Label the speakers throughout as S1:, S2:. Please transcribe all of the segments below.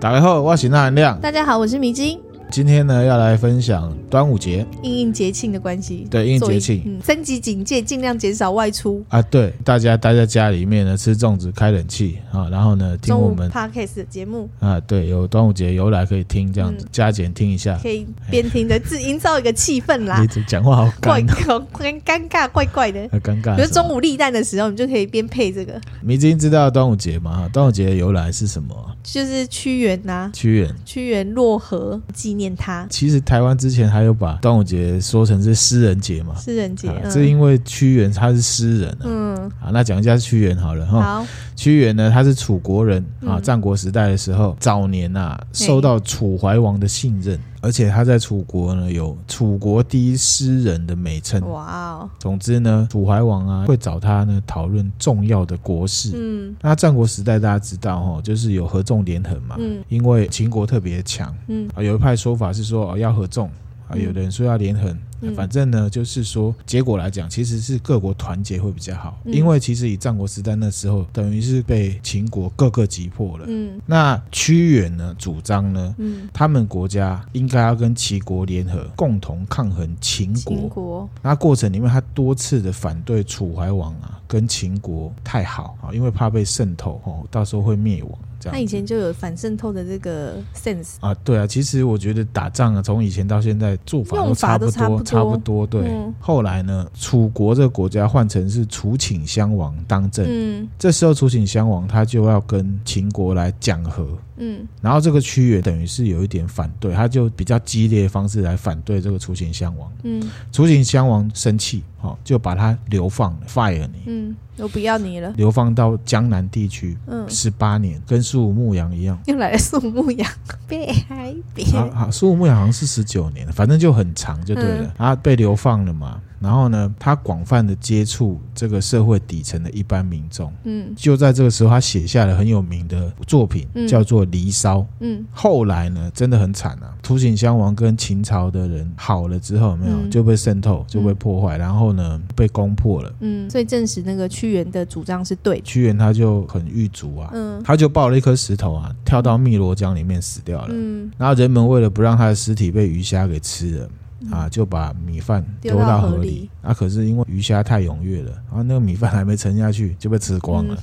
S1: 打开后，我是那含亮。
S2: 大家好，我是迷津。
S1: 今天呢，要来分享端午节
S2: 因应节庆的关系，
S1: 对因应节庆
S2: 所以嗯三级警戒，尽量减少外出。
S1: 啊，对大家待在家里面呢，吃粽子、开冷气啊，然后呢，听
S2: 中
S1: 我
S2: 午
S1: 们
S2: podcast 的节目
S1: 啊，对，有端午节由来可以听这样子，加减听一下。
S2: 嗯可以边听着自营造一个气氛啦
S1: 你，这讲话好
S2: 怪
S1: 干，
S2: 怪尴尬怪怪的。
S1: 好尴尬。
S2: 比如中午立蛋的时候，你就可以边配这个，
S1: 迷津知道端午节嘛？哈，端午节的由来是什么啊？
S2: 就是屈原呐、
S1: 屈原。
S2: 屈原落河纪念他，
S1: 其实台湾之前还有把端午节说成是诗人节嘛，
S2: 诗人节。
S1: 啊
S2: 嗯
S1: 是因为屈原他是诗人啊。
S2: 嗯，
S1: 啊，那讲一下屈原好了哈。
S2: 好，
S1: 屈原呢，他是楚国人啊，
S2: 嗯
S1: 战国时代的时候，早年啊受到楚怀王的信任，而且他在楚国呢有楚国第一诗人的美称。
S2: 哇哦，
S1: 总之呢，楚怀王啊会找他呢讨论重要的国事。
S2: 嗯
S1: 那战国时代大家知道哈、就是有合纵连横嘛，
S2: 嗯
S1: 因为秦国特别强
S2: 嗯
S1: 啊，有一派说法是说、哦、要合纵啊，
S2: 嗯
S1: 有的人说要连横。
S2: 嗯
S1: 反正呢，就是说，结果来讲，其实是各国团结会比较好，
S2: 嗯
S1: 因为其实以战国时代那时候，等于是被秦国各个击破了。
S2: 嗯
S1: 那屈原呢，主张呢，
S2: 嗯，
S1: 他们国家应该要跟齐国联合，共同抗衡秦
S2: 秦
S1: 国。
S2: 国，
S1: 那过程里面，他多次的反对楚怀王啊跟秦国太好啊，因为怕被渗透哦，到时候会灭亡这样
S2: 他
S1: 子。
S2: 以前就有反渗透的这个 sense。
S1: 啊，对啊，其实我觉得打仗啊，从以前到现在做法都
S2: 用
S1: 差
S2: 法
S1: 不
S2: 都
S1: 多，差
S2: 差
S1: 不
S2: 不
S1: 多。对，
S2: 嗯
S1: 后来呢，楚国这个国家换成是楚顷襄王当政，
S2: 嗯
S1: 这时候楚顷襄王他就要跟秦国来讲和。
S2: 嗯
S1: 然后这个屈原等于是有一点反对，他就比较激烈的方式来反对这个楚顷襄王。
S2: 嗯
S1: 楚顷襄王生气，哦，就把他流放了，fire 你，
S2: 嗯，我不要你了。
S1: 流放到江南地区
S2: 嗯，
S1: 十八年，跟苏武牧羊一样。
S2: 又来了树牧羊，别海别。
S1: 啊啊，苏武牧羊好像是十九年，反正就很长就对了。
S2: 嗯
S1: 他被流放了嘛，然后呢，他广泛的接触这个社会底层的一般民众。
S2: 嗯
S1: 就在这个时候，他写下了很有名的作品，
S2: 嗯
S1: 叫做《离骚》。
S2: 嗯
S1: 后来呢，真的很惨啊！土井襄王跟秦朝的人好了之后，有没有、
S2: 嗯
S1: 就被渗透，就被破坏，然后呢被攻破了。
S2: 嗯，所以证实那个屈原的主张是对的。
S1: 屈原他就很狱卒啊，
S2: 嗯
S1: 他就抱了一颗石头啊，跳到汨罗江里面死掉了。
S2: 嗯，
S1: 然后人们为了不让他的尸体被鱼虾给吃了。啊，就把米饭丢
S2: 嗯丢到
S1: 到
S2: 河
S1: 河
S2: 里
S1: 里，啊，可是因为鱼虾太踊跃了，然后那个米饭还没沉下去就被吃光
S2: 嗯
S1: 了，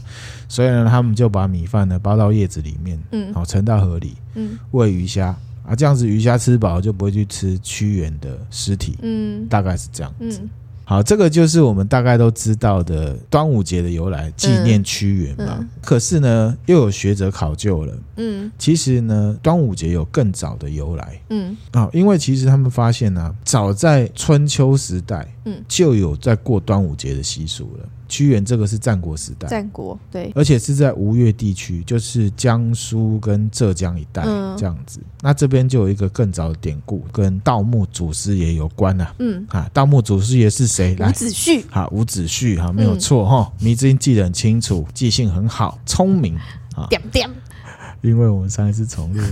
S1: 所以呢，他们就把米饭呢包到叶子里面，
S2: 嗯
S1: 然后沉到河里
S2: 嗯
S1: 喂鱼虾，啊，这样子鱼虾吃饱就不会去吃屈原的尸体，
S2: 嗯
S1: 大概是这样子。
S2: 嗯
S1: 好，这个就是我们大概都知道的端午节的由来，纪念屈原嘛。
S2: 嗯
S1: 可是呢，又有学者考究了，
S2: 嗯
S1: 其实呢，端午节有更早的由来
S2: 嗯
S1: 啊、因为其实他们发现呢、啊早在春秋时代，
S2: 嗯
S1: 就有在过端午节的习俗了。屈原这个是战国时代，
S2: 战国对，
S1: 而且是在吴越地区，就是江苏跟浙江一带、
S2: 嗯
S1: 这样子。那这边就有一个更早的典故，跟盗墓祖师爷有关啊。
S2: 嗯，
S1: 啊，盗墓祖师爷是谁？
S2: 伍
S1: 来。
S2: 子嗯胥，
S1: 好，伍子胥哈，没有错哈，迷之音记得很清楚，记性很好，聪 明。
S2: 点点，
S1: 因为我们上一次重录了，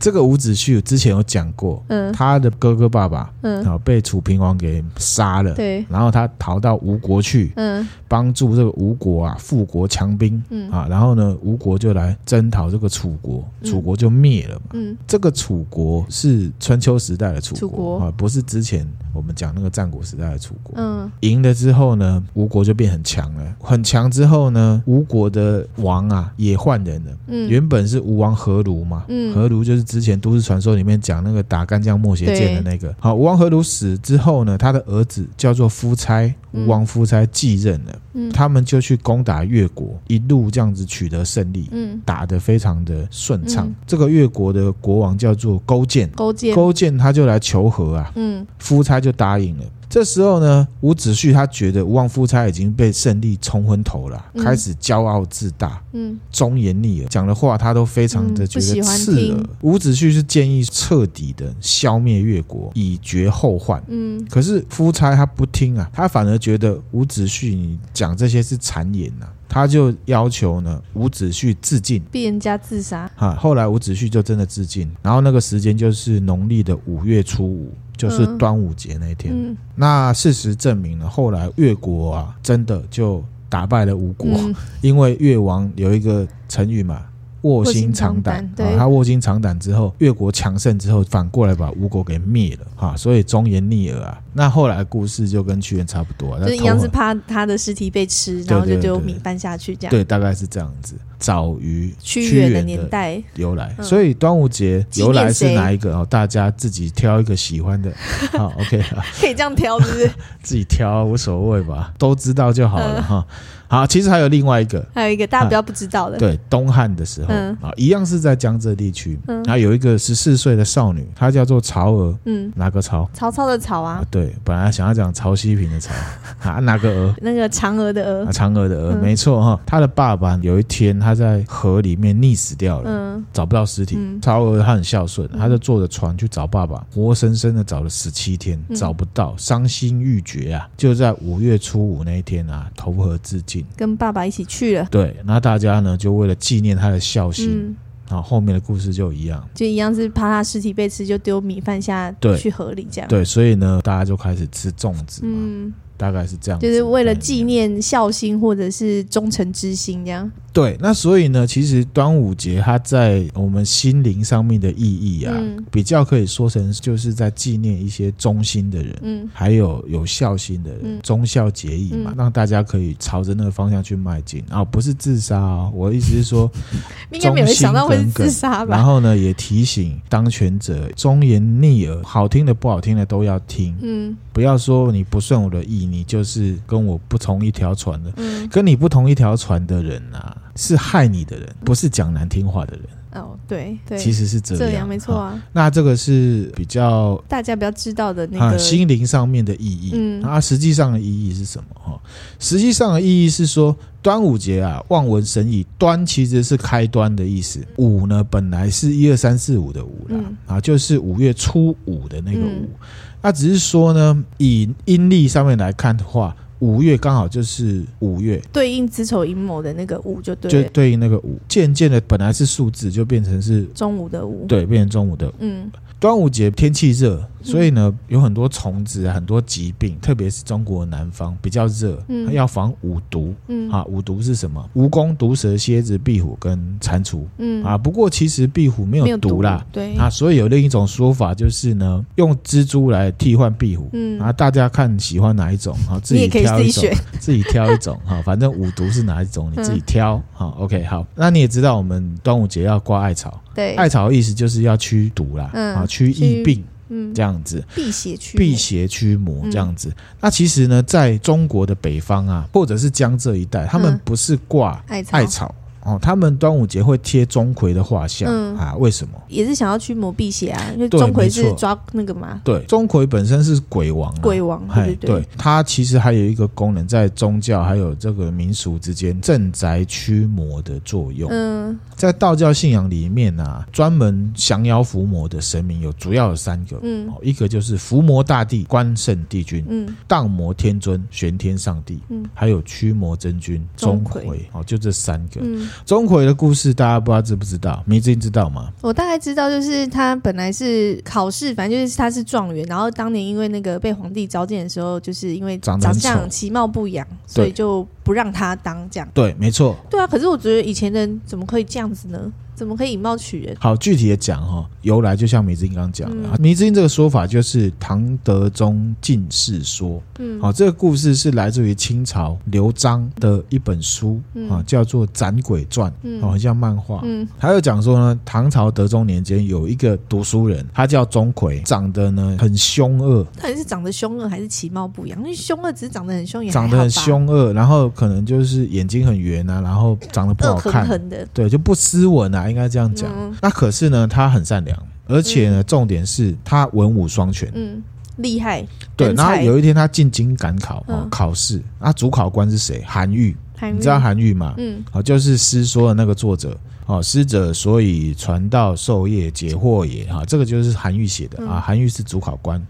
S1: 这个伍子胥之前有讲过，
S2: 嗯
S1: 他的哥哥爸爸
S2: 嗯，
S1: 啊被楚平王给杀了，
S2: 对，
S1: 然后他逃到吴国去，
S2: 嗯
S1: 帮助这个吴国啊复国强兵
S2: 嗯
S1: 啊，然后呢，吴国就来征讨这个楚国，
S2: 嗯
S1: 楚国就灭了嘛。
S2: 嗯
S1: 这个楚国是春秋时代的楚国
S2: 楚国
S1: 啊，不是之前我们讲那个战国时代的楚国。
S2: 嗯
S1: 赢了之后呢，吴国就变很强了。很强之后呢，吴国的王啊也换人了。
S2: 嗯，
S1: 原本是吴王阖闾嘛，
S2: 嗯
S1: 阖闾就是之前都市传说里面讲那个打干将莫邪剑的那个。好，吴王阖闾死之后呢，他的儿子叫做夫差，
S2: 嗯
S1: 吴王夫差继任了，
S2: 嗯
S1: 他们就去攻打越国，一路这样子取得胜利，
S2: 嗯，
S1: 打得非常的顺畅。
S2: 嗯
S1: 这个越国的国王叫做勾践，
S2: 勾践，
S1: 勾践他就来求和啊，
S2: 嗯
S1: 夫差就答应了。这时候呢，伍子胥他觉得吴王夫差已经被胜利冲昏头了，
S2: 嗯
S1: 开始骄傲自大、
S2: 嗯
S1: 忠言逆耳，讲的话他都非常的
S2: 嗯
S1: 觉
S2: 不喜
S1: 得
S2: 欢
S1: 刺耳
S2: 听。
S1: 伍子胥是建议彻底的消灭越国，以绝后患。
S2: 嗯
S1: 可是夫差他不听啊，他反而觉得伍子胥你讲这些是谗言呐、他就要求呢伍子胥自尽。
S2: 逼人家自杀，
S1: 哈，后来伍子胥就真的自尽，然后那个时间就是农历的五月初五，就是
S2: 嗯
S1: 端午节那天。
S2: 嗯
S1: 那事实证明了，后来越国啊，真的就打败了吴国，
S2: 嗯
S1: 因为越王有一个成语嘛，“卧薪尝胆
S2: 卧薪尝
S1: 啊
S2: 胆，对，
S1: 他卧薪尝胆之后，越国强盛之后，反过来把吴国给灭了，哈、所以忠言逆耳啊。那后来的故事就跟屈原差不多、啊，
S2: 就
S1: 那
S2: 是一样
S1: 投
S2: 是
S1: 河
S2: 怕他的尸体被吃，
S1: 对
S2: 然后就
S1: 对
S2: 丢
S1: 对
S2: 米饭下去这样。
S1: 对，大概是这样子。早于
S2: 屈
S1: 原
S2: 原的年代，
S1: 由来，
S2: 嗯
S1: 所以端午节
S2: 纪念
S1: 由来是
S2: 谁
S1: 哪一个哦？大家自己挑一个喜欢 的，好，OK 啊，
S2: 可以这样挑，是 不是？
S1: 自己挑无所谓吧，都知道就好
S2: 嗯
S1: 了哈。好，其实还有另外一个，
S2: 还有一个大家不要不知道的，
S1: 对，东汉的时候
S2: 嗯
S1: 啊，一样是在江浙地区，
S2: 嗯
S1: 然后有一个十四岁的少女，她叫做曹娥，
S2: 嗯，
S1: 哪个曹？
S2: 曹操的曹啊
S1: 啊，，对，本来想要讲曹希平的 曹，啊，哪个娥？
S2: 那个嫦娥的
S1: 啊，
S2: 娥，
S1: 嫦娥的娥，
S2: 嗯
S1: 没错哈。她的爸爸有一天他在河里面溺死掉了，
S2: 嗯，
S1: 找不到尸体。
S2: 嗯
S1: 超娥她很孝顺，
S2: 嗯
S1: 她就坐着船去找爸爸，活生生的找了十七天，
S2: 嗯
S1: 找不到，伤心欲绝啊！就在五月初五那一天啊，投河自尽。
S2: 跟爸爸一起去了，
S1: 对，那大家呢就为了纪念他的孝心，
S2: 嗯，
S1: 然后后面的故事就一样。
S2: 就一样是怕他尸体被吃，就丢米饭下
S1: 对
S2: 去河里这样。
S1: 对，所以呢，大家就开始吃粽子嘛，
S2: 嗯，
S1: 大概是这样子的
S2: 就
S1: 概念。
S2: 是为了纪念孝心或者是忠诚之心这样。
S1: 对，那所以呢，其实端午节它在我们心灵上面的意义啊，
S2: 嗯
S1: 比较可以说成就是在纪念一些忠心的人。
S2: 嗯，
S1: 还有有孝心的人，
S2: 嗯
S1: 忠孝节义嘛，
S2: 嗯
S1: 让大家可以朝着那个方向去迈进啊，不是自杀哦。我的意思是 说，
S2: 应该没有人想到会是自杀
S1: 然
S2: 吧？
S1: 后呢，也提醒当权者忠言逆耳，好听的不好听的都要听，
S2: 嗯
S1: 不要说你不顺我的意，你就是跟我不同一条船的。
S2: 嗯，
S1: 跟你不同一条船的人啊，是害你的人，不是讲难听话的人，
S2: 哦，对对，
S1: 其实是这样，
S2: 这样没错
S1: 啊
S2: 啊。
S1: 那这个是比较
S2: 大家比较知道的那
S1: 啊
S2: 个，
S1: 心灵上面的意义，
S2: 嗯
S1: 啊，实际上的意义是什么？哈，实际上的意义是说，端午节啊，望文生义，端其实是开端的意思，五呢本来是一二三四五的五啦，
S2: 嗯
S1: 啊，就是五月初五的那个五
S2: 嗯，
S1: 那只是说呢，以阴历上面来看的话，五月刚好就是五月，
S2: 对应子丑寅卯的那个午就
S1: 就
S2: 对了，
S1: 对应那个五，渐渐的本来是数字，就变成是
S2: 中午的午。，
S1: 对，变成中午的。
S2: 嗯
S1: 端午节天气热，所以呢有很多虫子啊，很多疾病，特别是中国南方比较热，
S2: 嗯
S1: 要防五毒
S2: 嗯
S1: 啊。五毒是什么？蜈蚣、毒蛇、蝎子、壁虎跟蟾蜍
S2: 嗯
S1: 啊。不过其实壁虎没
S2: 没
S1: 有毒啦。，
S2: 对
S1: 啊，所以有另一种说法就是呢，用蜘蛛来替换壁虎，
S2: 嗯
S1: 啊，大家看喜欢哪一种啊，自
S2: 你
S1: 己
S2: 也可以
S1: 挑
S2: 自
S1: 一
S2: 己
S1: 种
S2: 选，
S1: 自己挑一种哈，反正五毒是哪一种你自己
S2: 嗯
S1: 挑哈。OK，好，那你也知道我们端午节要挂艾草，
S2: 对，
S1: 艾草的意思就是要驱毒啦，
S2: 嗯
S1: 啊，驱疫
S2: 驱
S1: 病
S2: 嗯，
S1: 这样子，
S2: 辟邪驱
S1: 辟
S2: 魔
S1: 邪驱魔
S2: 嗯
S1: 这样子。那其实呢，在中国的北方啊，或者是江浙一带，他们
S2: 嗯
S1: 不是挂
S2: 艾草
S1: 艾草哦，他们端午节会贴钟馗的画像
S2: 嗯
S1: 啊，为什么？
S2: 也是想要驱魔辟邪啊，因为
S1: 对
S2: 钟
S1: 没
S2: 馗
S1: 错啊
S2: 是抓那个嘛
S1: 对，钟馗本身是鬼王啊，
S2: 鬼王，
S1: 哎，
S2: 对对对，
S1: 它其实还有一个功能，在宗教还有这个民俗之间镇宅驱魔的作用。
S2: 嗯
S1: 在道教信仰里面啊，专门降妖伏魔的神明有主要有三个，
S2: 嗯
S1: 哦，一个就是伏魔大帝、关圣帝君。
S2: 嗯
S1: 荡魔天尊、玄天上帝，
S2: 嗯
S1: 还有驱魔真君钟馗
S2: 钟馗，
S1: 哦，就这三个。
S2: 嗯，
S1: 钟馗的故事大家不知道知不知道？迷之音知道吗？
S2: 我大概知道，就是他本来是考试，反正就是他是状元，然后当年因为那个被皇帝召见的时候，就是因为
S1: 长得很
S2: 长
S1: 丑
S2: 相其貌不扬，所以就不让他当这样。
S1: 对，没错。
S2: 对啊，可是我觉得以前人怎么可以这样子呢？怎么可以以貌取人？
S1: 好，具体的讲哈、哦，由来就像迷之音刚刚讲的，
S2: 嗯
S1: 迷之音这个说法就是唐德宗进士说，
S2: 嗯，
S1: 好、这个故事是来自于清朝刘璋的一本书啊、
S2: 嗯
S1: 叫做《斩鬼传》，
S2: 嗯
S1: 哦，很像漫画。
S2: 嗯
S1: 他又讲说呢，唐朝德宗年间有一个读书人，他叫钟馗，长得呢很凶恶，
S2: 到底是长得凶恶还是其貌不扬？因为凶恶只是长得很凶，也还
S1: 长得很
S2: 好吧，
S1: 凶恶，然后可能就是眼睛很圆啊，然后长得不好
S2: 恶狠
S1: 看，
S2: 狠的。
S1: 对，就不斯文啊，应该这样讲。
S2: 嗯
S1: 那可是呢，他很善良，而且呢，重点是他文武双全。
S2: 嗯，厉害。
S1: 对，
S2: 人
S1: 然
S2: 才
S1: 后有一天他进京赶考，哦
S2: 嗯
S1: 考试，那主考官是谁？韩愈，
S2: 还
S1: 你知道
S2: 没
S1: 韩愈吗？
S2: 嗯
S1: 哦，就是《诗说》的那个作者。哦，师者，所以传道授业解惑也。哈、这个就是韩愈写的啊。
S2: 嗯
S1: 韩愈是主考官，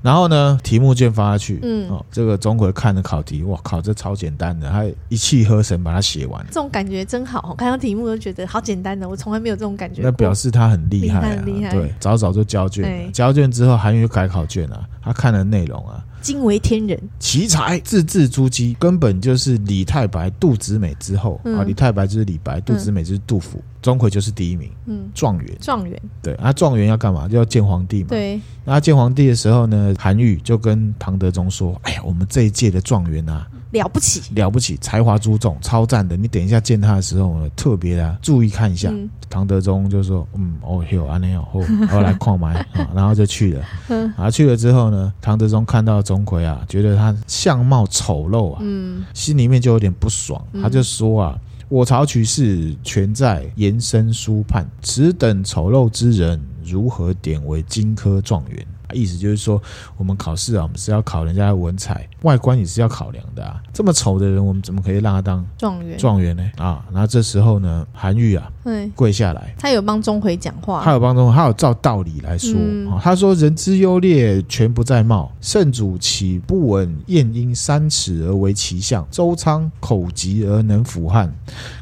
S1: 然后呢，题目卷发下去，
S2: 嗯
S1: 哦，这个钟馗看了考题，哇靠，这超简单的，他一气呵成把它写完，
S2: 这种感觉真好，我看到题目都觉得好简单的，哦我从来没有这种感觉过。
S1: 那表示他很厉害啊。
S2: 厉害厉害
S1: 对，早早就交卷了
S2: 对，
S1: 交卷之后韩愈改考卷啊，他看了内容啊，
S2: 惊为天人。
S1: 奇才，字字珠玑，根本就是李太白、杜子美之后、
S2: 嗯
S1: 啊。李太白就是李白，杜子美就是杜甫。钟馗就是第一名，
S2: 嗯，
S1: 状元。
S2: 状元，
S1: 对，啊，状元要干嘛？就要见皇帝嘛。
S2: 对，
S1: 那见皇帝的时候呢，韩愈就跟唐德宗说：“哎呀，我们这一届的状元啊，
S2: 了不起，
S1: 了不起，才华出众，超赞的。你等一下见他的时候呢，特别的、啊、注意看一下。
S2: 嗯
S1: 唐德宗就说：“嗯，哦，有安尼哦， 好，我来看买啊。然后就去了。
S2: 嗯
S1: 然后去了之后呢，唐德宗看到钟馗啊，觉得他相貌丑陋啊，
S2: 嗯
S1: 心里面就有点不爽，他就说啊：“我朝取士，全在言身书判，此等丑陋之人，如何点为金科状元？”意思就是说，我们考试啊，我们是要考人家的文采，外观也是要考量的啊。这么丑的人，我们怎么可以让他当
S2: 状元，
S1: 状元呢？啊，然后这时候呢，韩愈啊
S2: 对，
S1: 跪下来，
S2: 他有帮钟馗讲
S1: 他
S2: 话，
S1: 有帮中，他有照道理来说，
S2: 嗯
S1: 哦他说人之优劣，全不在貌。圣主岂不闻晏婴三尺而为其相，周仓口疾而能俯瞰？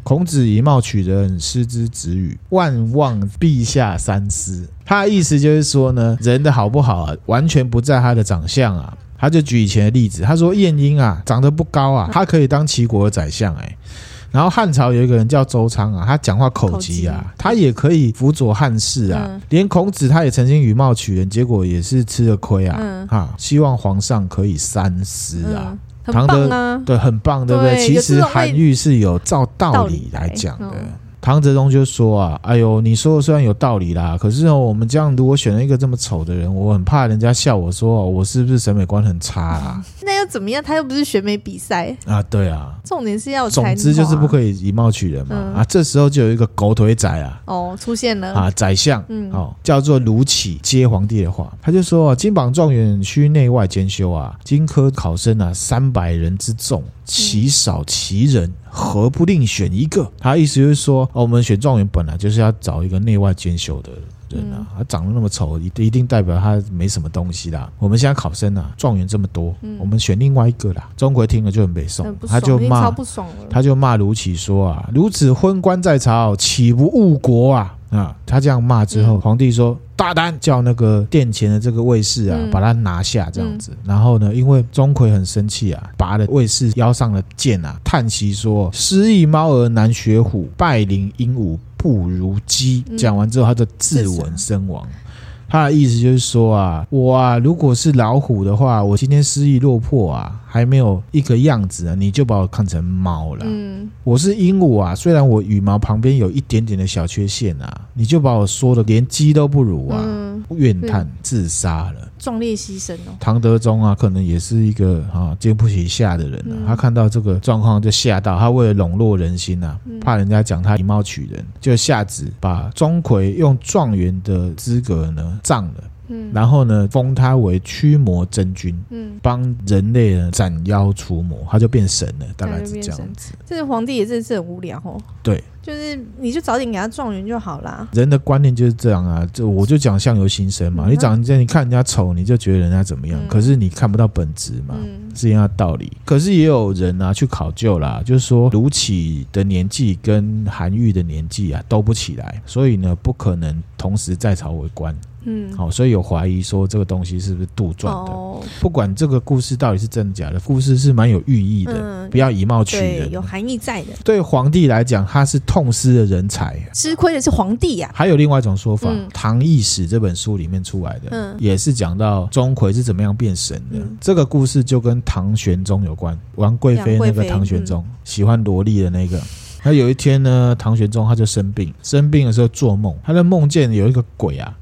S1: 孔子以貌取人，失之子语。万望陛下三思。他的意思就是说呢，人的好不好啊，完全不在他的长相啊。他就举以前的例子，他说晏婴啊，长得不高
S2: 嗯
S1: 啊，他可以当齐国的宰相哎、然后汉朝有一个人叫周仓啊，他讲话口疾
S2: 口疾
S1: 啊，他也可以辅佐汉室啊。
S2: 嗯
S1: 连孔子他也曾经以貌取人，结果也是吃了亏啊。
S2: 嗯
S1: 哈，希望皇上可以三思啊。
S2: 嗯，很
S1: 唐
S2: 棒
S1: 德
S2: 啊，
S1: 对，很棒，对不对？
S2: 对
S1: 其
S2: 有这
S1: 实
S2: 种味
S1: 韩愈是有照
S2: 道
S1: 道
S2: 理
S1: 理来
S2: 来
S1: 讲的
S2: 嗯。
S1: 唐哲宗就说啊，哎呦，你说的虽然有道理啦，可是哦，我们这样如果选了一个这么丑的人，我很怕人家笑我说、哦我是不是审美观很差 啦？
S2: 那又怎么样？他又不是选美比赛，
S1: 啊，对啊，
S2: 重点是要有才
S1: 总
S2: 能
S1: 之就是
S2: 化
S1: 不可以以貌取人嘛。
S2: 嗯
S1: 啊，这时候就有一个狗腿仔啊，
S2: 哦，出现了，
S1: 啊，宰相，
S2: 嗯
S1: 哦，叫做卢杞接皇帝的话，他就说啊，金榜状元需内外兼修啊，金科考生啊，三百人之众，
S2: 嗯
S1: 其少其人，何不另选一个？他意思就是说，哦，我们选状元本来就是要找一个内外兼修的。人
S2: 嗯
S1: 啊，他长得那么丑，一一定代表他没什么东西啦。我们现在考生啊，状元这么多，
S2: 嗯
S1: 我们选另外一个啦。钟馗听了就很悲
S2: 很
S1: 痛，
S2: 不
S1: 他
S2: 爽，
S1: 就
S2: 已经
S1: 骂
S2: 超不爽了，
S1: 他就骂卢杞说啊：“如此昏官在朝，岂不误国啊？”啊，他这样骂之后，
S2: 嗯
S1: 皇帝说：“大胆叫那个殿前的这个卫士啊，
S2: 嗯
S1: 把他拿下。”这样子，然后呢，因为钟馗很生气啊，拔了卫士腰上的剑啊，叹息说：“失意猫儿难学虎，拜灵鹦鹉不如鸡。
S2: 嗯
S1: 讲完之后，他就自刎身亡。他的意思就是说啊，我啊，如果是老虎的话，我今天失意落魄啊，还没有一个样子啊，你就把我看成猫了。
S2: 嗯，
S1: 我是鹦鹉啊，虽然我羽毛旁边有一点点的小缺陷啊，你就把我说的连鸡都不如啊，
S2: 嗯，
S1: 怨叹自杀了。
S2: 壮烈牺牲哦，
S1: 唐德宗啊，可能也是一个啊经不起吓的人啊，
S2: 嗯
S1: 他看到这个状况就吓到，他为了笼络人心啊，
S2: 嗯
S1: 怕人家讲他以貌取人，就下旨把钟馗用状元的资格呢葬了，
S2: 嗯
S1: 然后呢封他为驱魔真君，
S2: 嗯，
S1: 帮人类呢斩妖除魔，他就变神了，大概是这
S2: 大概就变神
S1: 样子。
S2: 这个皇帝也真的是很无聊哦，
S1: 对，
S2: 就是你就早点给他状元就好啦，
S1: 人的观念就是这样啊，这我就讲相由心生嘛。
S2: 嗯
S1: 你长人家，你看人家丑，你就觉得人家怎么样，
S2: 嗯
S1: 可是你看不到本质嘛，
S2: 嗯
S1: 是一样的道理。可是也有人啊去考究啦，就是说卢杞的年纪跟韩愈的年纪啊都不起来，所以呢不可能同时在朝为官。
S2: 嗯，
S1: 好、所以有怀疑说这个东西是不是杜撰的。
S2: 哦，
S1: 不管这个故事到底是真假的，故事是蛮有寓意的，
S2: 嗯
S1: 不要以貌取
S2: 对，
S1: 人
S2: 有。含义在的，
S1: 对皇帝来讲，他是痛失了人才。
S2: 吃亏的是皇帝啊呀，
S1: 还有另外一种说法，
S2: 嗯
S1: 唐义史》这本书里面出来的，
S2: 嗯
S1: 也是讲到钟馗是怎么样变神的。
S2: 嗯
S1: 这个故事就跟唐玄宗有关，王贵妃那
S2: 杨贵
S1: 个
S2: 妃嗯
S1: 唐玄宗、喜欢萝莉的那个。那有一天呢，唐玄宗他就生病，生病的时候做梦，他的梦见有一个鬼啊，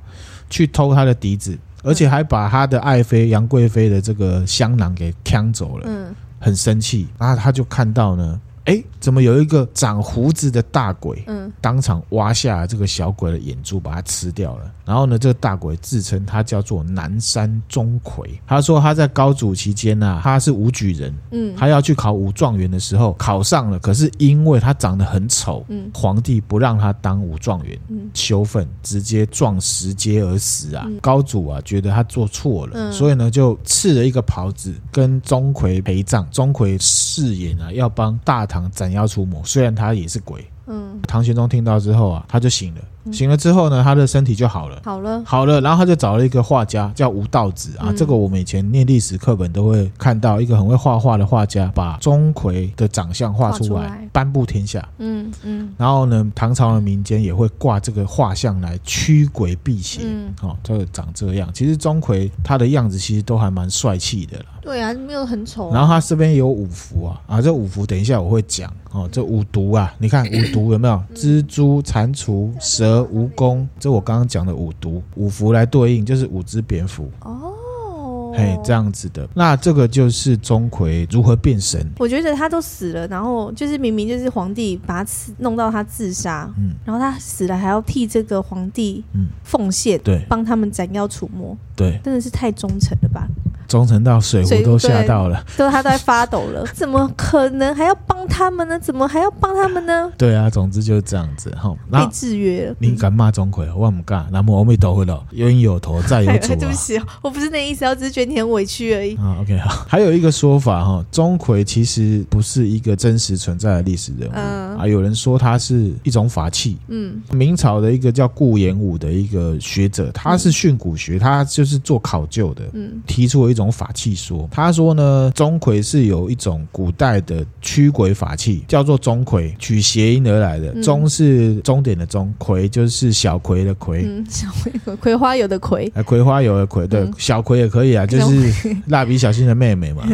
S1: 去偷他的笛子，
S2: 嗯
S1: 而且还把他的爱妃杨贵妃的这个香囊给抢走了。
S2: 嗯
S1: 很生气，然后他就看到呢，哎，怎么有一个长胡子的大鬼？
S2: 嗯
S1: 当场挖下这个小鬼的眼珠，把它吃掉了。然后呢，这个大鬼自称他叫做南山钟馗，他说他在高祖期间啊，他是武举人，
S2: 嗯，
S1: 他要去考武状元的时候考上了，可是因为他长得很丑，
S2: 嗯
S1: 皇帝不让他当武状元，
S2: 嗯
S1: 羞愤，直接撞石阶而死啊！
S2: 嗯
S1: 高祖啊，觉得他做错了，
S2: 嗯
S1: 所以呢就赐了一个袍子跟钟馗陪葬。钟馗誓言啊，要帮大唐斩妖除魔，虽然他也是鬼。
S2: 嗯
S1: 唐玄宗听到之后啊，他就醒了，醒了之后呢，他的身体就好了。
S2: 好了，
S1: 好了，然后他就找了一个画家叫吴道子啊，
S2: 嗯
S1: 这个我们以前念历史课本都会看到，一个很会画画的画家把钟馗的长相画出
S2: 画出
S1: 来
S2: 来，
S1: 颁布天下。
S2: 嗯嗯
S1: 然后呢，唐朝的民间也会挂这个画像来驱鬼辟邪。
S2: 嗯，
S1: 哦，这个长这样，其实钟馗他的样子其实都还蛮帅气的啦。
S2: 对啊，没有很丑啊，
S1: 然后他这边有五福啊，啊，这五福等一下我会讲哦。这五毒啊，你看五毒有没有？
S2: 嗯
S1: 蜘蛛、蟾蜍、蛇、蜈蚣，这我刚刚讲的五毒，五福来对应就是五只蝙蝠，
S2: 哦，
S1: 嘿，这。样子的。那这个就是钟馗如何变神，
S2: 我觉得他都死了，然后就是明明就是皇帝把他刺弄到他自杀，
S1: 嗯
S2: 然后他死了还要替这个皇帝
S1: 嗯
S2: 奉献，
S1: 对
S2: 帮他们斩妖除魔，
S1: 对，
S2: 真的是太忠诚了吧？
S1: 忠诚到水壶
S2: 水
S1: 都吓
S2: 对
S1: 到了。
S2: 都他都在发抖了， 怎么可能还要帮他们呢？怎么还要帮他们呢？
S1: 对啊，总之就是这样子哈。
S2: 被
S1: 那
S2: 制约了。
S1: 你敢骂钟馗？我不敢。南无阿弥陀佛了，有因有头，债有
S2: 哎
S1: 主
S2: 对
S1: 啊
S2: 不。起，我不是那意思，我只是觉得你很委屈而已。
S1: 啊、o k 好。还有一个说法哈，钟馗其实不是一个真实存在的历史人物、
S2: 嗯
S1: 啊，有人说他是一种法器。
S2: 嗯
S1: 明朝的一个叫顾炎武的一个学者，他是训诂学，他就是做考究的。
S2: 嗯
S1: 提出了一种法器说，他说呢，钟馗是有一种古代的驱鬼法器，叫做钟馗，取谐音而来的。
S2: 嗯
S1: 钟是终点的钟，馗就是小葵的葵，
S2: 嗯，小葵葵花有的葵，
S1: 哎，葵花油的葵，对，
S2: 嗯
S1: 小葵也可以啊，就是蜡笔小新的妹 妹嘛，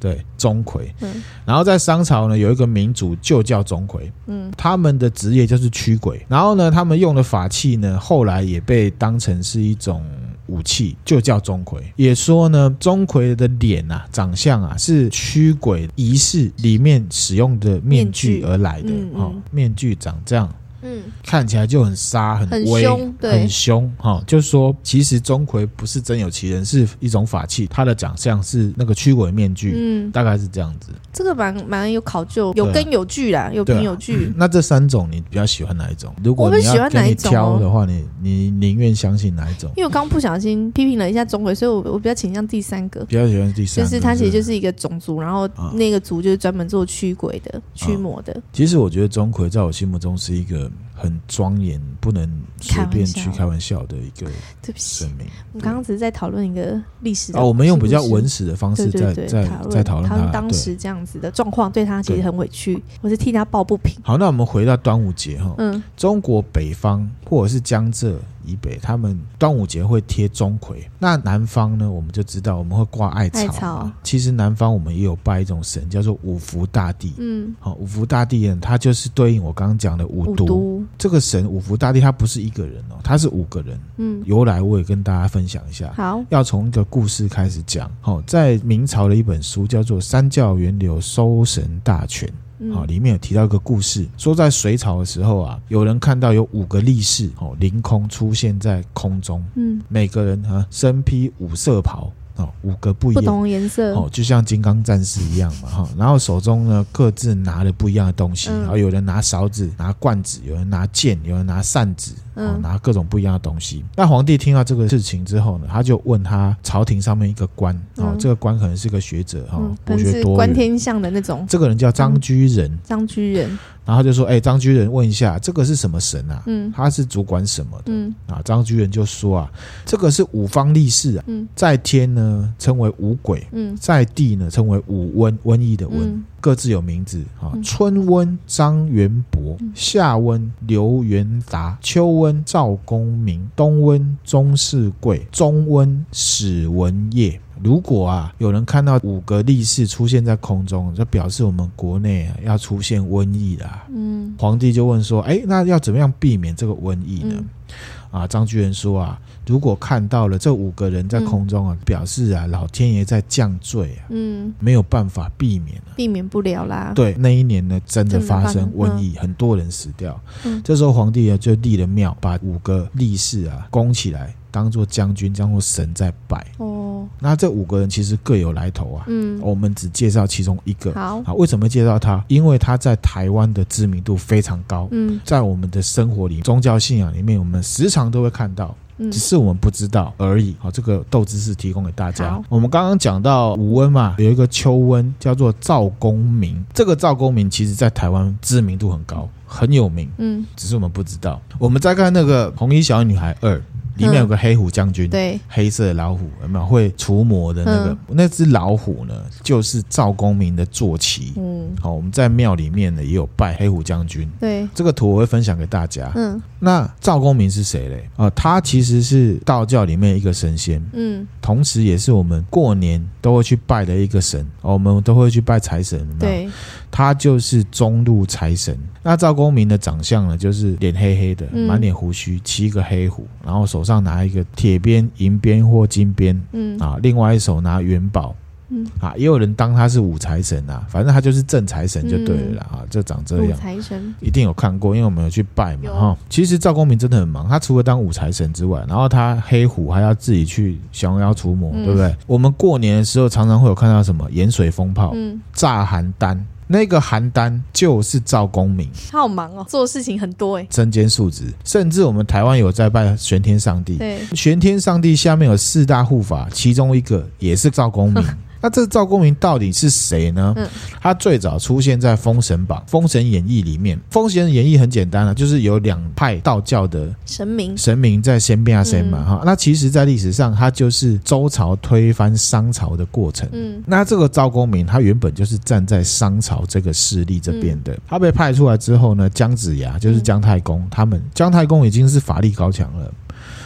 S1: 对，钟馗。
S2: 嗯
S1: 然后在商朝呢，有一个民族就叫钟馗，
S2: 嗯
S1: 他们的职业就是驱鬼。然后呢，他们用的法器呢，后来也被当成是一种武器，就叫钟馗。也说呢，钟馗的脸啊、长相啊，是驱鬼仪式里面使用的面具
S2: 面具
S1: 而来的。
S2: 嗯
S1: 哦
S2: 嗯，
S1: 面具长这样，
S2: 嗯，
S1: 看起来就很杀、很
S2: 很
S1: 威、
S2: 凶对
S1: 很凶哈、就是说，其实钟馗不是真有其人，是一种法器，它的长相是那个驱鬼面具，
S2: 嗯，
S1: 大概是这样子。
S2: 这个蛮蛮有考究，有
S1: 对啊
S2: 根有据啦，有
S1: 对啊
S2: 凭有据。
S1: 那这三种你比较喜欢哪一种？如
S2: 我
S1: 果
S2: 不
S1: 你
S2: 喜欢
S1: 要给
S2: 哪
S1: 你
S2: 一种
S1: 挑
S2: 哦
S1: 的话，你你宁愿相信哪一种？
S2: 因为我刚不小心批评了一下钟馗，所以我我比较倾向第三个，
S1: 比较喜欢第三
S2: 就
S1: 个，。
S2: 是他其实就是是一个种族，然后
S1: 啊
S2: 那个族就是专门做驱鬼的、驱魔的。
S1: 其实我觉得钟馗在我心目中是一个很庄严，不能随便去开
S2: 开
S1: 玩笑的一个
S2: 对不起
S1: 神，明。
S2: 我刚刚只是在讨论一个历史的
S1: 嗯啊，我们用比较
S2: 故事
S1: 文史的方
S2: 对
S1: 式
S2: 对
S1: 在
S2: 对，
S1: 在
S2: 讨
S1: 在
S2: 论
S1: 讨论
S2: 论
S1: 它。
S2: 当
S1: 对
S2: 时这样子的状况，对他其实
S1: 对
S2: 很委屈，我是替他抱不平。
S1: 好，那我们回到端午节哈，
S2: 嗯
S1: 中国北方或者是江浙以北，他们端午节会贴钟馗。那南方呢，我们就知道我们会挂艾草嘛。
S2: 艾草
S1: 其实南方我们也有拜一种神，叫做五福大帝。
S2: 嗯，
S1: 好、五福大帝呢，他就是对应我刚刚讲的五
S2: 五
S1: 毒。
S2: 毒，
S1: 这个神五福大帝他不是一个人哦，他是五个人。
S2: 嗯，
S1: 由来我也跟大家分享一下。
S2: 好，
S1: 要从一个故事开始讲，好、在明朝的一本书叫做《三教源流搜神大全》，好、
S2: 嗯
S1: 里面有提到一个故事，说在隋朝的时候啊，有人看到有五个力士哦，凌空出现在空中，
S2: 嗯，
S1: 每个人啊身披五色袍哦，五个不一
S2: 不
S1: 样。
S2: 同颜色，
S1: 哦，就像金刚战士一样嘛哈、然后手中呢各自拿了不一样的东西，
S2: 嗯
S1: 然后有人拿勺子、拿罐子，有人拿剑，有人拿扇子，哦
S2: 嗯，
S1: 拿各种不一样的东西。那皇帝听到这个事情之后呢，他就问他朝廷上面一个官，哦，
S2: 嗯
S1: 这个官可能是个学者哈，
S2: 嗯，
S1: 博
S2: 可能
S1: 学
S2: 是
S1: 多
S2: 观
S1: 语。
S2: 天象的那种
S1: 这个人叫张居仁，
S2: 张居人，
S1: 然后他就说：“哎、张居仁，问一下，这个是什么神啊？
S2: 嗯
S1: 他是主管什么的？”
S2: 嗯
S1: 啊，张居仁就说：“啊，这个是五方力士啊，
S2: 嗯
S1: 在天呢称为五鬼，
S2: 嗯
S1: 在地呢称为五瘟，瘟疫的瘟，
S2: 嗯
S1: 各自有名字啊。
S2: 嗯
S1: 春瘟张元伯，
S2: 嗯
S1: 夏瘟刘元达，秋瘟赵公明，冬瘟钟士贵，中瘟史文业。如果啊，有人看到五个力士出现在空中，就表示我们国内啊要出现瘟疫啊啦、
S2: 嗯
S1: 皇帝就问说：“哎，那要怎么样避免这个瘟疫呢？”
S2: 嗯
S1: 啊，张居仁说啊，如果看到了这五个人在空中啊，表示啊，老天爷在降罪啊，
S2: 嗯，
S1: 没有办法避免啊。
S2: 避免不了啦。
S1: 对，那一年呢，真的发生嗯
S2: 真的发
S1: 瘟
S2: 生
S1: 疫，很多人死掉。
S2: 嗯
S1: 这时候皇帝啊就立了庙，把五个力士啊供起来，当做将军，当做神在拜。
S2: 哦，
S1: 那这五个人其实各有来头啊，
S2: 嗯，
S1: 我们只介绍其中一个。
S2: 好，
S1: 好，为什么介绍他？因为他在台湾的知名度非常高，
S2: 嗯
S1: 在我们的生活里、宗教信仰里面，我们时常都会看到
S2: 嗯
S1: 只是我们不知道而已。好，这个斗知识提供给大家
S2: 好。
S1: 我们刚刚讲到吴温嘛，有一个秋温叫做赵公明，这个赵公明其实在台湾知名度很高，很有名，
S2: 嗯，
S1: 只是我们不知道。我们再看那个《红衣小女孩二》，里面有个黑虎将军。
S2: 嗯对，
S1: 黑色的老虎有没有会除魔的那个？
S2: 嗯
S1: 那只老虎呢，就是赵公明的坐骑。
S2: 嗯，
S1: 好，我们在庙里面呢也有拜黑虎将军，
S2: 对，
S1: 这个图我会分享给大家。
S2: 嗯
S1: 那赵公明是谁嘞？啊、他其实是道教里面一个神仙，
S2: 嗯，
S1: 同时也是我们过年都会去拜的一个神，哦、我们都会去拜财神。有没有，
S2: 对，
S1: 他就是中路财神。那赵公明的长相呢，就是脸黑黑的，
S2: 嗯
S1: 满脸胡须，骑一个黑虎，然后手上拿一个铁鞭、银鞭或金鞭，
S2: 嗯
S1: 啊，另外一手拿元宝。
S2: 嗯
S1: 啊，也有人当他是武财神啊，反正他就是正财神就对了啦，
S2: 嗯
S1: 啊，就长这
S2: 五
S1: 样。
S2: 财神，
S1: 一定有看过，因为我们有去拜嘛
S2: 有
S1: 哈。其实赵公明真的很忙，他除了当五财神之外，然后他黑虎还要自己去降妖除魔，
S2: 嗯
S1: 对不对？我们过年的时候常常会有看到什么盐水风炮、
S2: 嗯，
S1: 炸邯郸，那个邯郸就是赵公明，
S2: 他好忙哦，做事情很多哎，
S1: 身兼数职，甚至我们台湾有在拜玄天上帝，
S2: 对，
S1: 玄天上帝下面有四大护法，其中一个也是赵公明。那这赵公明到底是谁呢？
S2: 嗯
S1: 他最早出现在《封神榜》《封神演义》里面，《封神演义》很简单啊，就是有两派道教的
S2: 神明，
S1: 神明在先变啊先
S2: 嗯
S1: 嘛哈、那其实，在历史上，他就是周朝推翻商朝的过程。
S2: 嗯
S1: 那这个赵公明，他原本就是站在商朝这个势力这边
S2: 嗯
S1: 的。他被派出来之后呢，姜子牙就是姜太公，他们姜太公已经是法力高强了，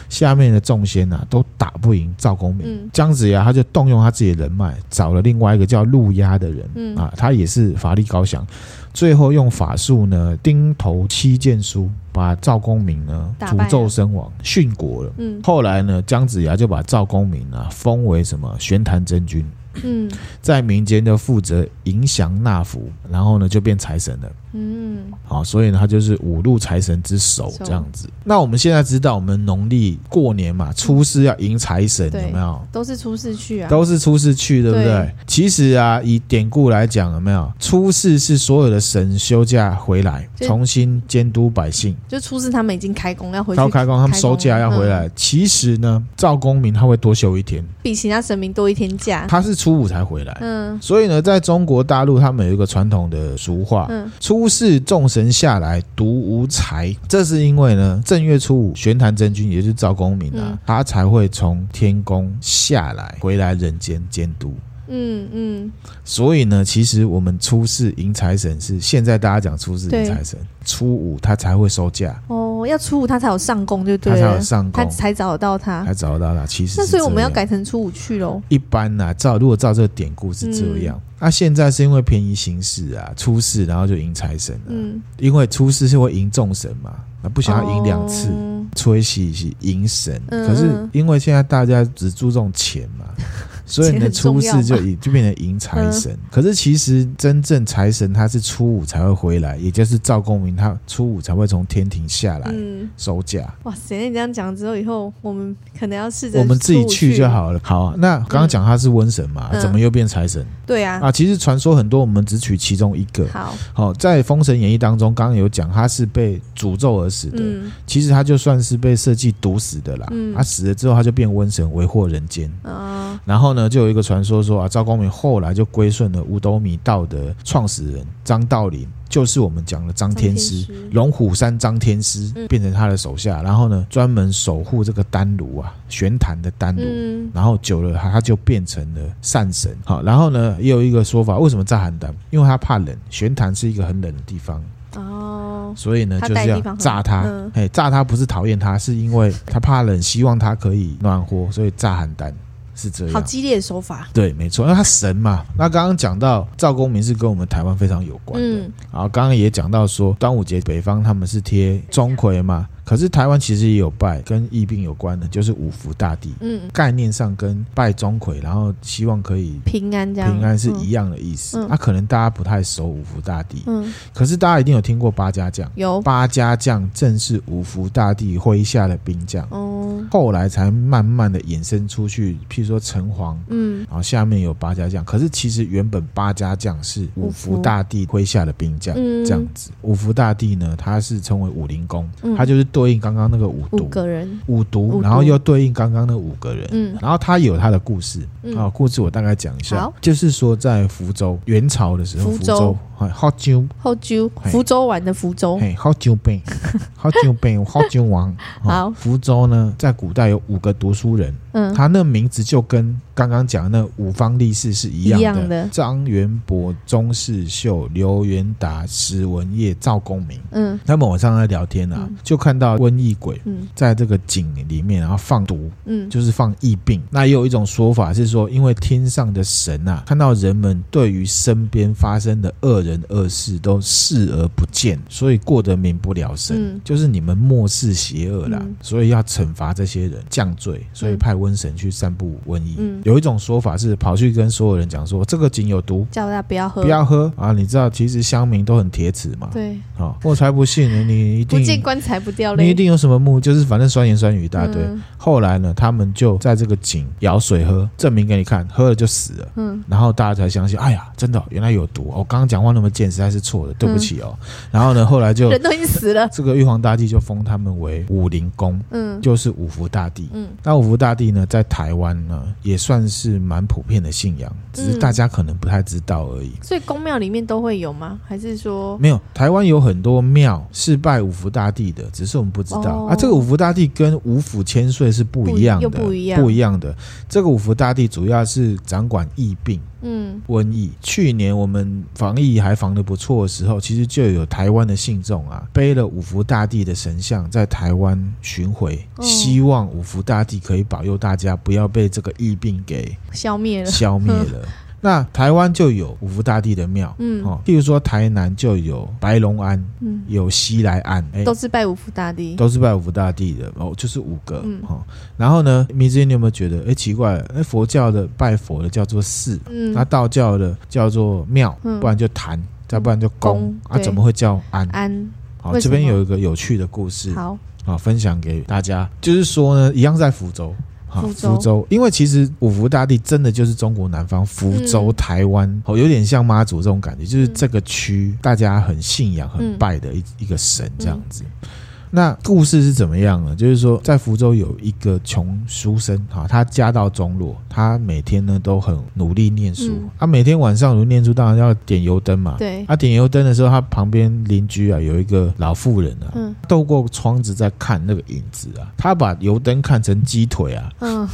S1: 下面的众仙啊都打不赢赵公明。
S2: 嗯
S1: 姜子牙他就动用他自己的人脉，找了另外一个叫陆压的人、
S2: 嗯
S1: 啊，他也是法力高强，最后用法术呢钉头七剑书，把赵公明呢
S2: 打
S1: 诅
S2: 败了
S1: 咒身亡，殉国了。
S2: 嗯
S1: 后来呢，姜子牙就把赵公明啊封为什么玄坛真君。
S2: 嗯
S1: 在民间就负责迎降纳福，然后呢就变财神了。
S2: 嗯，
S1: 好，所以呢，他就是五路财神之首
S2: 首
S1: 这样子。那我们现在知道，我们农历过年嘛，初四要迎财神，
S2: 嗯对
S1: 有没有？
S2: 都是出事去啊，
S1: 都是初四去，对不对？
S2: 对
S1: 其实啊，以典故来讲，有没有？初四是所有的神休假回来，
S2: 对
S1: 重新监督百姓。
S2: 就出事他们已经开工要回去
S1: 高，开工，他们
S2: 开
S1: 收
S2: 工嗯
S1: 假要回来。其实呢，赵公明他会多休一天，
S2: 比其他神明多一天假，
S1: 他是初五才回来。
S2: 嗯
S1: 所以呢，在中国大陆，他们有一个传统的俗话，
S2: 嗯
S1: 初四众神下来独无财，这是因为呢，正月初五玄坛真君，也就是赵公明啊，
S2: 嗯
S1: 他才会从天宫下来，回来人间监督。
S2: 嗯嗯，
S1: 所以呢，其实我们初四迎财神是现在大家讲初四迎财神，初五他才会收假，
S2: 哦，要初五他才有上工就对
S1: 他才有
S2: 了，
S1: 上
S2: 他
S1: 工，
S2: 才找得到他。
S1: 才找得到他。其实是
S2: 那所以我们
S1: 这
S2: 要
S1: 样
S2: 改成初五去喽。
S1: 一般呐、照如果照这个典故是这样，那、
S2: 嗯
S1: 现在是因为便宜行事啊，出事然后就迎财神了、啊
S2: 嗯，
S1: 因为出事是会迎众神嘛，那不想要迎两次，
S2: 哦
S1: 吹洗洗迎神、
S2: 嗯
S1: 可是因为现在大家只注重钱 嘛。所以你的出事就已就变成迎财神、
S2: 嗯
S1: 可是其实真正财神他是初五才会回来，也就是赵公明他初五才会从天庭下来
S2: 嗯，
S1: 收假。
S2: 哇塞！那你这样讲之后，以后我们可能要试着
S1: 我们自己
S2: 初五
S1: 去就。好了。好、啊，那刚刚讲他是瘟神嘛，
S2: 嗯
S1: 怎么又变财神？
S2: 对啊，
S1: 啊，其实传说很多，我们只取其中一个。
S2: 好，
S1: 好、在《封神演义》当中，刚刚有讲他是被诅咒而死的，
S2: 嗯
S1: 其实他就算是被设计毒死的啦。
S2: 嗯
S1: 他死了之后，他就变瘟神，为祸人间。
S2: 啊，
S1: 然后呢，就有一个传说说啊，赵公明后来就归顺了五斗米道的创始人张道陵，就是我们讲的张天师
S2: 张天师。
S1: 龙虎山张天师
S2: 嗯
S1: 变成他的手下，然后呢，专门守护这个丹炉啊，玄坛的丹炉。
S2: 嗯
S1: 然后久了，他他就变成了善神。好，然后呢，也有一个说法，为什么在邯郸？因为他怕冷，玄坛是一个很冷的地方，
S2: 哦，
S1: 所以呢
S2: 他
S1: 就
S2: 待
S1: 是
S2: 的
S1: 要
S2: 地方很
S1: 炸他
S2: 嗯。
S1: 哎、炸他不是讨厌他，是因为他怕冷，希望他可以暖和，所以炸邯郸是这
S2: 好
S1: 样。
S2: 激烈的手法。
S1: 对，没错，因为他神嘛。那刚刚讲到赵公明是跟我们台湾非常有关的，
S2: 嗯
S1: 然后刚刚也讲到说，端午节北方他们是贴钟馗嘛，可是台湾其实也有拜跟疫病有关的，就是五福大帝。
S2: 嗯，
S1: 概念上跟拜钟馗，然后希望可以
S2: 平安这样，
S1: 平安是一样的意思。那、
S2: 嗯嗯
S1: 可能大家不太熟五福大帝，
S2: 嗯。嗯，
S1: 可是大家一定有听过八家将。
S2: 有，
S1: 八家将正是五福大帝麾下的兵将，
S2: 哦，
S1: 后来才慢慢的衍生出去，譬如说城隍，
S2: 嗯，
S1: 然后下面有八家将。可是其实原本八家将是五
S2: 五
S1: 福
S2: 福
S1: 大帝麾下的兵将，
S2: 嗯
S1: 这样子。五福大帝呢，他是称为武灵公，
S2: 嗯
S1: 他就是对应刚刚那个五
S2: 五
S1: 毒，
S2: 个人，
S1: 五
S2: 五
S1: 毒，
S2: 毒
S1: 然后又对应刚刚那五个人。
S2: 嗯
S1: 然后他有他的故事
S2: 嗯
S1: 啊，故事我大概讲一下
S2: 好，
S1: 就是说在福州元朝的时候，
S2: 福
S1: 福
S2: 州
S1: 州哎好久
S2: 后州
S1: 嘿
S2: 福州玩的福州，
S1: 嘿，好久 病，好久病，好久王。哦
S2: 好
S1: 福州呢，在古代有五个读书人，
S2: 嗯，
S1: 他那名字就跟刚刚讲的那五方力士是一样的。
S2: 一样的
S1: 张元博、钟士秀、刘元达、史文业、赵公明。
S2: 嗯
S1: 他们晚上在聊天啊，
S2: 嗯
S1: 就看到瘟疫鬼
S2: 嗯
S1: 在这个井里面，然后放毒，
S2: 嗯，
S1: 就是放疫病。那也有一种说法是说，因为天上的神啊，看到人们对于身边发生的恶人恶事都视而不见，所以过得民不聊生。
S2: 嗯
S1: 就是你们漠视邪恶啦，
S2: 嗯
S1: 所以要惩罚这些人降罪，所以
S2: 嗯
S1: 派瘟神去散布瘟疫。
S2: 嗯
S1: 有一种说法是跑去跟所有人讲说，这个井有毒。
S2: 叫他不要喝，
S1: 不要喝啊！你知道，其实乡民都很铁齿嘛。
S2: 对，
S1: 啊、我才不信呢！你一
S2: 不
S1: 定
S2: 见棺材不掉
S1: 你
S2: 泪
S1: 一，定啊有什么目，就是反正酸言酸语一大堆。
S2: 嗯
S1: 后来呢，他们就在这个井舀水喝，证明给你看，喝了就死了。
S2: 嗯
S1: 然后大家才相信，哎呀，真的哦、原来有毒哦！我刚刚讲话那么贱，实在是错的，对不起哦。然后呢，后来就
S2: 人都已经死了，
S1: 这个玉皇大帝就封他们为武灵公，
S2: 嗯
S1: 就是五福大帝。
S2: 嗯
S1: 那五福大帝呢，在台湾呢也算是蛮普遍的信仰，只是大家可能不太知道而已。
S2: 所以宫庙里面都会有吗？还是说，
S1: 没有，台湾有很多庙是拜五福大帝的，只是我们不知道、
S2: 哦
S1: 啊。这个五福大帝跟五府千岁是不一样的，
S2: 不一又不一样
S1: 的。这个五福大帝主要是掌管疫病、
S2: 嗯
S1: 瘟疫。去年我们防疫还防得不错的时候，其实就有台湾的信众啊，背了五福大帝的神像在台湾巡回，
S2: 哦
S1: 希望五福大帝可以保佑大家不要被这个疫病给
S2: 消灭了？
S1: 消灭了。 那台湾就有五福大帝的庙，
S2: 嗯
S1: 哦，譬如说台南就有白龙庵，
S2: 嗯，
S1: 有西来庵，哎、
S2: 都是拜五福大帝，
S1: 都是拜五福大帝的哦，就是五个
S2: 嗯
S1: 哦。然后呢，迷之音，你有没有觉得，哎、奇怪了，哎，佛教的拜佛的叫做寺，
S2: 嗯
S1: 那、道教的叫做庙，
S2: 嗯
S1: 不然就坛，再不然就宫
S2: 宫，
S1: 啊，
S2: 对
S1: 怎么会叫庵？
S2: 安
S1: 好、
S2: 为
S1: 这
S2: 什
S1: 边
S2: 么
S1: 有一个有趣的故事，
S2: 好，
S1: 啊，分享给大家。就是说呢，一样在福州。啊
S2: 福州
S1: 福州，因为其实五福大帝真的就是中国南方福州、
S2: 嗯
S1: 台湾，哦，有点像妈祖这种感觉，就是
S2: 嗯
S1: 这个区大家很信仰、
S2: 嗯
S1: 很拜的一、一个神这样子。那故事是怎么样呢？就是说，在福州有一个穷书生，哈，他家道中落，他每天呢都很努力念书，
S2: 嗯
S1: 他、每天晚上如念书，当然要点油灯嘛。
S2: 对，
S1: 他、点油灯的时候，他旁边邻居啊有一个老妇人啊，
S2: 嗯
S1: 透过窗子在看那个影子啊，他把油灯看成鸡腿啊，
S2: 嗯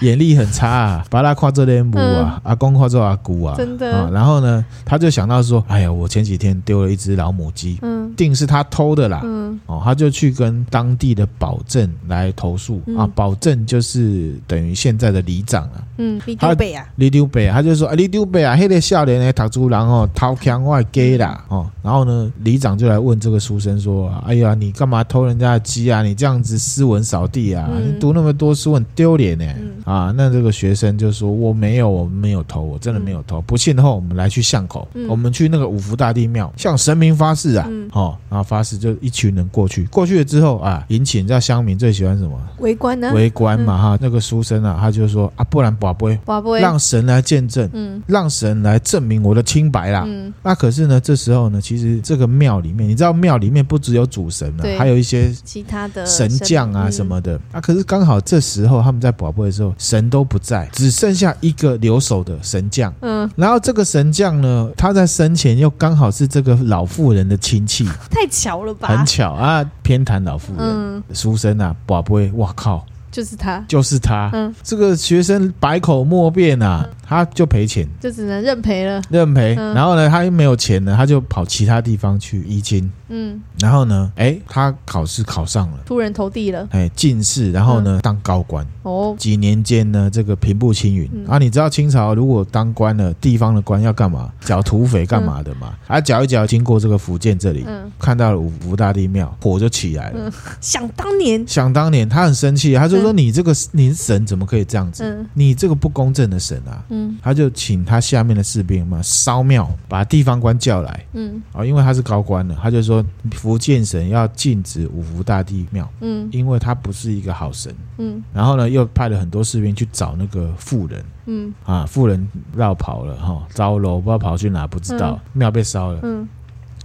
S1: 眼力很差 啊，把他夸做脸母啊，阿公夸做阿姑啊，
S2: 真的
S1: 啊然后呢，他就想到说，哎呀，我前几天丢了一只老母鸡，
S2: 嗯
S1: 定是他偷的啦。
S2: 嗯
S1: 哦，他就去跟当地的保证来投诉、
S2: 嗯
S1: 啊，保证就是等于现在的里长啊，
S2: 嗯，你丢背啊，
S1: 李丢北啊，他就说啊，李丢北啊，黑的笑脸的读猪人哦，掏枪外给啦哦。然后呢，里长就来问这个书生说，哎呀，你干嘛偷人家的鸡啊？你这样子斯文扫地啊？
S2: 嗯
S1: 你读那么多书很丢脸呢。
S2: 嗯
S1: 啊，那这个学生就说我没有，我没有偷，我真的没有偷。不信的话，我们来去巷口，
S2: 嗯
S1: 我们去那个五福大帝庙向神明发誓啊。
S2: 嗯，
S1: 哦，然后发誓就一群人过去，过去了之后啊，引起人家乡民最喜欢什么？
S2: 围观呢，
S1: 围观嘛哈。那个书生啊，他就说啊，不然宝贝，
S2: 哇不会，
S1: 让神来见证，
S2: 嗯
S1: 让神来证明我的清白啦。
S2: 嗯
S1: 那可是呢，这时候呢，其实这个庙里面，你知道庙里面不只有主神啊
S2: 对，
S1: 还有一些
S2: 其他的
S1: 神将啊什，
S2: 嗯
S1: 么的。啊，可是刚好这时候他们在保贝的时候，神都不在，只剩下一个留守的神将。
S2: 嗯，
S1: 然后这个神将呢，他在生前又刚好是这个老妇人的亲戚，
S2: 太巧了吧
S1: 很？巧啊，偏袒老妇人。
S2: 嗯，
S1: 书生啊，宝贝，哇靠，
S2: 就是他，
S1: 就是他！
S2: 嗯
S1: 这个学生百口莫辩啊，他就赔钱。
S2: 就只能认赔了，
S1: 认赔，
S2: 嗯
S1: 然后呢，他又没有钱了，他就跑其他地方去医经，
S2: 嗯，
S1: 然后呢，哎，他考试考上了，
S2: 出人头地了，
S1: 哎，进士，然后
S2: 嗯
S1: 呢，当高官，
S2: 哦，
S1: 几年间呢，这个平步青云、
S2: 嗯
S1: 啊，你知道清朝如果当官了，地方的官要干嘛？剿土匪干嘛的嘛？啊，剿一剿，经过这个福建这里，
S2: 嗯，
S1: 看到了五福大帝庙，火就起来了。
S2: 嗯想当年，
S1: 想当年，他很生气，他就说：“
S2: 嗯
S1: 你这个你神怎么可以这样子？
S2: 嗯
S1: 你这个不公正的神啊！
S2: 嗯
S1: 他就请他下面的士兵嘛烧庙，把地方官叫来
S2: 嗯
S1: 啊、因为他是高官了，他就说福建省要禁止五福大帝庙，
S2: 嗯
S1: 因为他不是一个好神。
S2: 嗯
S1: 然后呢，又派了很多士兵去找那个妇人
S2: 嗯
S1: 啊，妇人绕跑了哈，糟了，不知道跑去哪，不知道庙被烧了。
S2: 嗯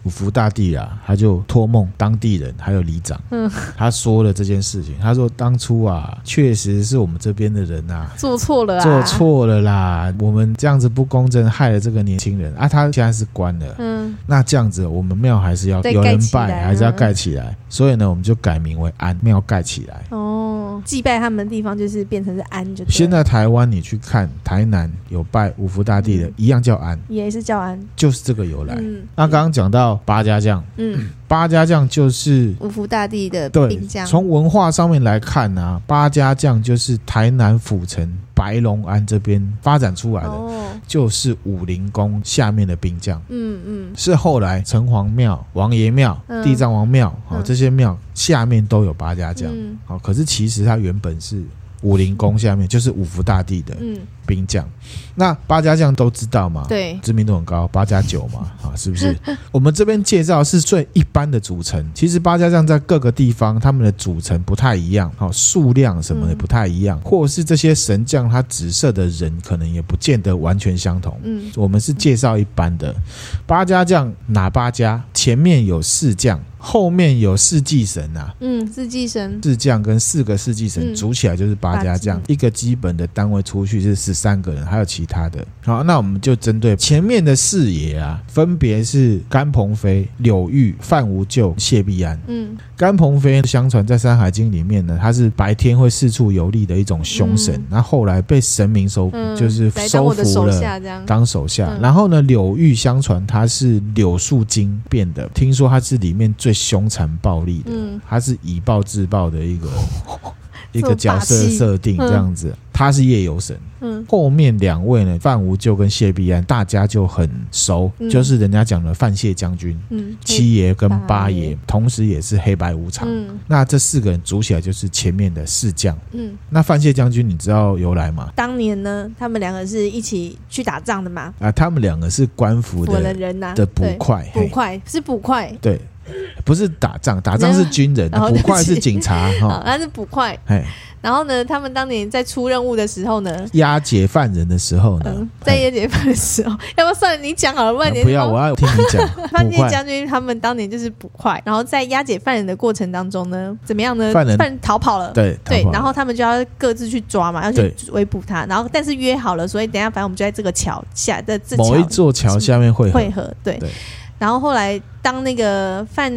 S1: 五福大帝啊，他就托梦当地人还有里长，
S2: 嗯
S1: 他说了这件事情，他说当初啊，确实是我们这边的人呐、
S2: 做错了啊，
S1: 做，错了啦，我们这样子不公正，害了这个年轻人啊！他现在是官了，
S2: 嗯
S1: 那这样子我们庙还是要
S2: 再
S1: 有
S2: 盖
S1: 人
S2: 起来
S1: 拜，还是要
S2: 嗯
S1: 盖起来。所以呢，我们就改名为安庙盖起来。
S2: 哦，祭拜他们的地方就是变成是安就对了，
S1: 现在台湾你去看台南有拜五福大帝的
S2: 嗯，
S1: 一样叫安，
S2: 也是叫安，
S1: 就是这个由来。
S2: 嗯
S1: 那刚刚讲到八家将，
S2: 嗯，
S1: 八家将就是
S2: 五福大帝的
S1: 对
S2: 兵，将，
S1: 从文化上面来看啊，八家将就是台南府城白龙庵这边发展出来的，
S2: 哦，
S1: 就是武陵宫下面的兵将。
S2: 嗯嗯
S1: 是后来城隍庙、王爷庙、
S2: 嗯
S1: 地藏王庙哦
S2: 嗯
S1: 这些庙下面都有八家将。
S2: 嗯
S1: 好、可是其实它原本是武陵宫下面就是五福大帝的
S2: 嗯，
S1: 兵将。那八家将都知道嘛？。
S2: 对，
S1: 知名度很高，八加九 嘛，啊，是不是？我们这边介绍是最一般的组成，其实八家将在各个地方他们的组成不太一样，好、数量什么的
S2: 嗯
S1: 不太一样，或是这些神将他指涉的人可能也不见得完全相同。
S2: 嗯
S1: 我们是介绍一般的八家将哪八家？前面有四将，后面有四祭神啊。
S2: 嗯，是祭神，
S1: 四将跟四个四祭神
S2: 嗯
S1: 组起来就是八家将
S2: 八，
S1: 一个基本的单位出去是十三个人，还有其他的。好，那我们就针对前面的四爷啊，分别是甘鹏飞、柳玉、范无咎、谢必安。
S2: 嗯，
S1: 甘鹏飞相传在《山海经》里面呢，他是白天会四处游历的一种凶神
S2: 嗯，
S1: 那、后来被神明收，
S2: 嗯
S1: 就是
S2: 来当
S1: 收
S2: 我的
S1: 服
S2: 手
S1: 了。
S2: 下这样，
S1: 当手下。
S2: 嗯
S1: 然后呢，柳玉相传他是柳树精变的，听说他是里面最凶残暴力的，
S2: 嗯
S1: 他是以暴制暴的一 个一个角色
S2: 这么霸气
S1: 设定这样子。他是夜游神，
S2: 嗯
S1: 后面两位呢，范无咎跟谢必安，大家就很熟，
S2: 嗯
S1: 就是人家讲的范谢将军、
S2: 嗯，
S1: 七爷跟八
S2: 八
S1: 爷
S2: 爷，
S1: 同时也是黑白无常。
S2: 嗯
S1: 那这四个人组起来就是前面的四将。
S2: 嗯，
S1: 那范谢将军你知道由来吗？
S2: 当年呢，他们两个是一起去打仗的嘛，
S1: 啊，他们两个是官府
S2: 我的
S1: 的
S2: 人呐，
S1: 的捕
S2: 啊对
S1: 快，
S2: 捕
S1: 嘿
S2: 快是捕快，
S1: 对，不是打仗，打仗是军人，
S2: 啊然后
S1: 捕快
S2: 对
S1: 是
S2: 不起
S1: 警 察
S2: 啊，
S1: 哈。
S2: 他是捕快。
S1: 哎，
S2: 然后呢，他们当年在出任务的时候呢，
S1: 押解犯人的时候呢
S2: 嗯，，在
S1: 嘿
S2: 叶解放的时候，要不要算了你讲好了，不然
S1: 呃哎
S2: 你
S1: 啊不要，我要听你 讲。
S2: 番
S1: 捕
S2: 茄
S1: 快
S2: 将军他们当年就是捕快，然后在押解犯人的过程当中呢，怎么样呢？
S1: 犯人
S2: 逃跑了。
S1: 对
S2: 对
S1: 逃跑，
S2: 然后他们就要各自去抓嘛，要去
S1: 对
S2: 围捕他。然后但是约好了，所以等一下反正我们就在这个桥下的这
S1: 某一
S2: 桥
S1: 座桥下面会合
S2: 汇，合。对
S1: 对。
S2: 然后后来当那个犯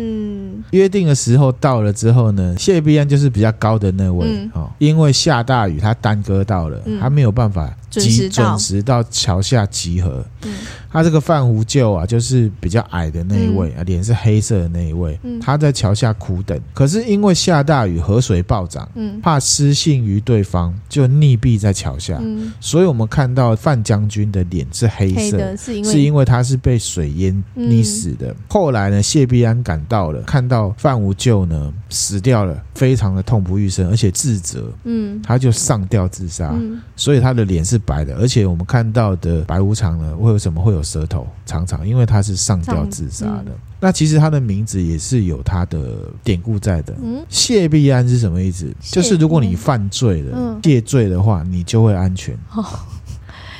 S1: 约定的时候到了之后呢，谢必安就是比较高的那位
S2: 嗯
S1: 哦，因为下大雨，他耽搁到了，
S2: 嗯
S1: 他没有办法
S2: 准
S1: 及
S2: 时到
S1: 准时到桥下集合
S2: 嗯。
S1: 他这个范无咎啊，就是比较矮的那一位啊，脸是黑色的那一位
S2: 嗯，
S1: 他在桥下苦等，可是因为下大雨，河水暴涨。
S2: 嗯
S1: 怕失信于对方，就溺毙在桥下。
S2: 嗯
S1: 所以我们看到范将军的脸是黑
S2: 黑
S1: 色，
S2: 的是因为
S1: 是因为他是被水淹
S2: 嗯
S1: 溺死的。后来呢，谢必安赶到了，看到范无咎呢死掉了，非常的痛不欲生，而且自责，
S2: 嗯
S1: 他就上吊自杀。
S2: 嗯
S1: 所以他的脸是白的，而且我们看到的白无常呢，为什么会有舌头长长？因为他是上吊
S2: 上
S1: 自杀的。
S2: 嗯
S1: 那其实他的名字也是有他的典故在的。
S2: 嗯
S1: 谢必安是什么意思？
S2: 谢
S1: 就是如果你犯罪了，
S2: 嗯
S1: 谢罪的话，你就会安全。
S2: 哦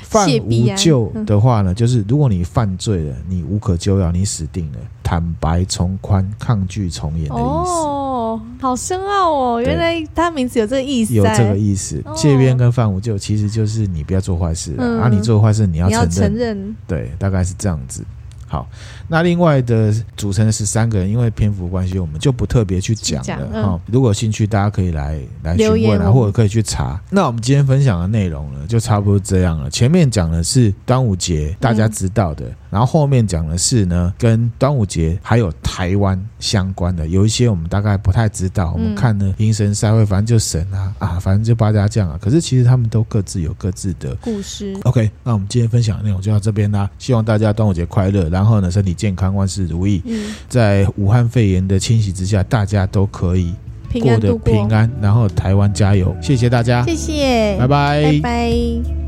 S1: 犯
S2: 谢必
S1: 无
S2: 安嗯
S1: 咎的话呢，就是如果你犯罪了，你无可救药，你死定了。坦白从宽，抗拒从严的意思，
S2: 哦，好深奥哦！
S1: 对
S2: 原来他名字有这个意思
S1: 有
S2: 在，
S1: 这个意思。
S2: 哦
S1: 谢必安跟犯无咎其实就是你不要做坏事了，
S2: 嗯
S1: 啊，你做坏事你要
S2: 你要
S1: 承
S2: 承
S1: 认，
S2: 认，
S1: 对，大概是这样子。好，那另外的组成十三个人，因为篇幅关系，我们就不特别去讲
S2: 去
S1: 了
S2: 讲
S1: 哈、
S2: 嗯
S1: 如果有兴趣，大家可以来来询
S2: 留言
S1: 问啊，
S2: 我们
S1: 或者可以去查。那我们今天分享的内容呢，就差不多这样了。前面讲的是端午节大家知道
S2: 嗯
S1: 的，然后后面讲的是呢，跟端午节还有台湾相关的，有一些我们大概不太知道。我们
S2: 嗯
S1: 看呢，迎神赛会，反正就神啊啊，反正就八家将啊。可是其实他们都各自有各自的
S2: 故事。
S1: OK，那我们今天分享的内容就到这边啦，希望大家端午节快乐，然后呢身体健康，万事如意。
S2: 嗯，
S1: 在武汉肺炎的侵袭之下，大家都可以
S2: 平
S1: 过
S2: 安
S1: 得
S2: 度过，
S1: 平安，然后台湾加油，谢谢大家，
S2: 谢谢，
S1: 拜拜
S2: 拜拜